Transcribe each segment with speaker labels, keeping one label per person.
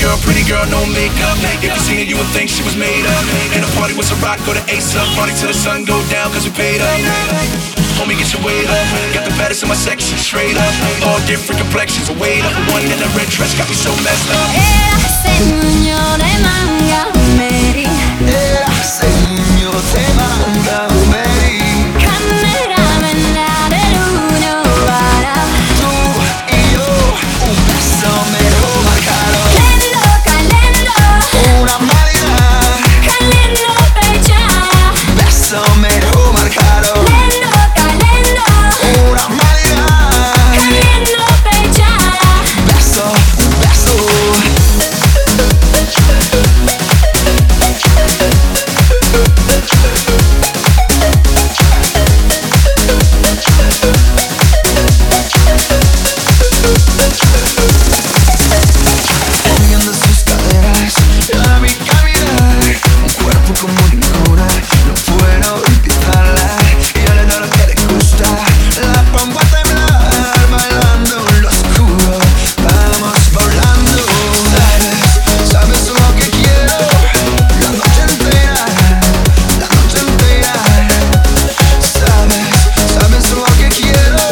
Speaker 1: girl, pretty girl, no makeup. If you seen her, you would think she was made up. And the party was a rock, go to Ace up. Party till the sun go down, cause we paid up. Homie, get your weight up. Got the baddest in my section, straight up. All different complexions, a weight up. One in a red dress got me so messed up.
Speaker 2: Era signore manga meri
Speaker 3: Era segno te manda numeri
Speaker 2: Cameraman areruno bara
Speaker 3: Tu io un pezzo me lo marcarò
Speaker 2: Lendo calendo
Speaker 3: Una marina
Speaker 2: Calendo pejara
Speaker 3: Pezzo me lo marcarò
Speaker 2: Lendo calendo
Speaker 3: Una marina
Speaker 2: Calendo pejara
Speaker 3: Pezzo, un pezzo Moviendo sus caderas a mi caminar Un cuerpo como ninguna, no puedo evitarla Yo le doy lo que le gusta, la pongo a temblar Bailando en lo oscuro, vamos volando Sabes, sabes lo que quiero La noche entera, la noche entera Sabes, sabes lo que quiero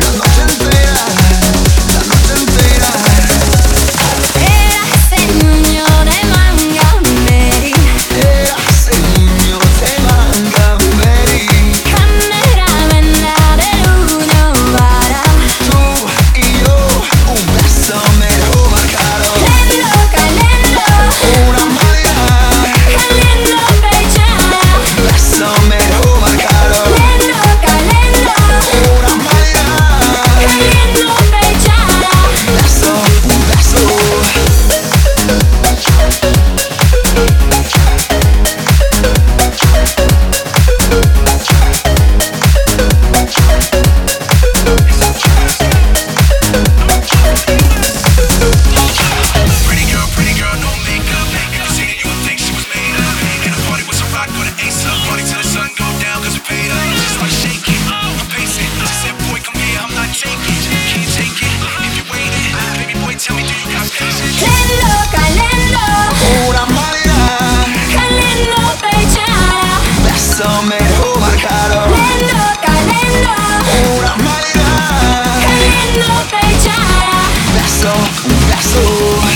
Speaker 3: La noche entera, la noche entera
Speaker 2: Era signore manga meri
Speaker 3: Era segno Eh, te manda numeri
Speaker 2: Cameraman areruno bara
Speaker 3: Tu e io un pezzo me lo marcarò
Speaker 2: Lendo calendo
Speaker 3: Una maglia
Speaker 2: Calendo pejara
Speaker 3: Un pezzo me lo marcarò
Speaker 2: Lendo calendo
Speaker 3: Una maglia
Speaker 2: Cayendo pechada
Speaker 3: Un pezzo, un pezzo
Speaker 1: Pretty girl, pretty girl, no makeup. If you seen her, you would think she was made up. And the party was a rock, go to Ace up. Party till the sun go down, cause we paid up. She started shaking, I'm pacing. She said, boy, come here, I'm not taking. Can't take it, if you're waiting. Baby boy, tell me, do you got patience?
Speaker 2: Lendo, calendo
Speaker 3: Una maglia
Speaker 2: Calendo pechada
Speaker 3: Un pezzo me lo marcarò
Speaker 2: Lendo, calendo
Speaker 3: Una maglia
Speaker 2: Calendo pechada
Speaker 3: Un pezzo, un pezzo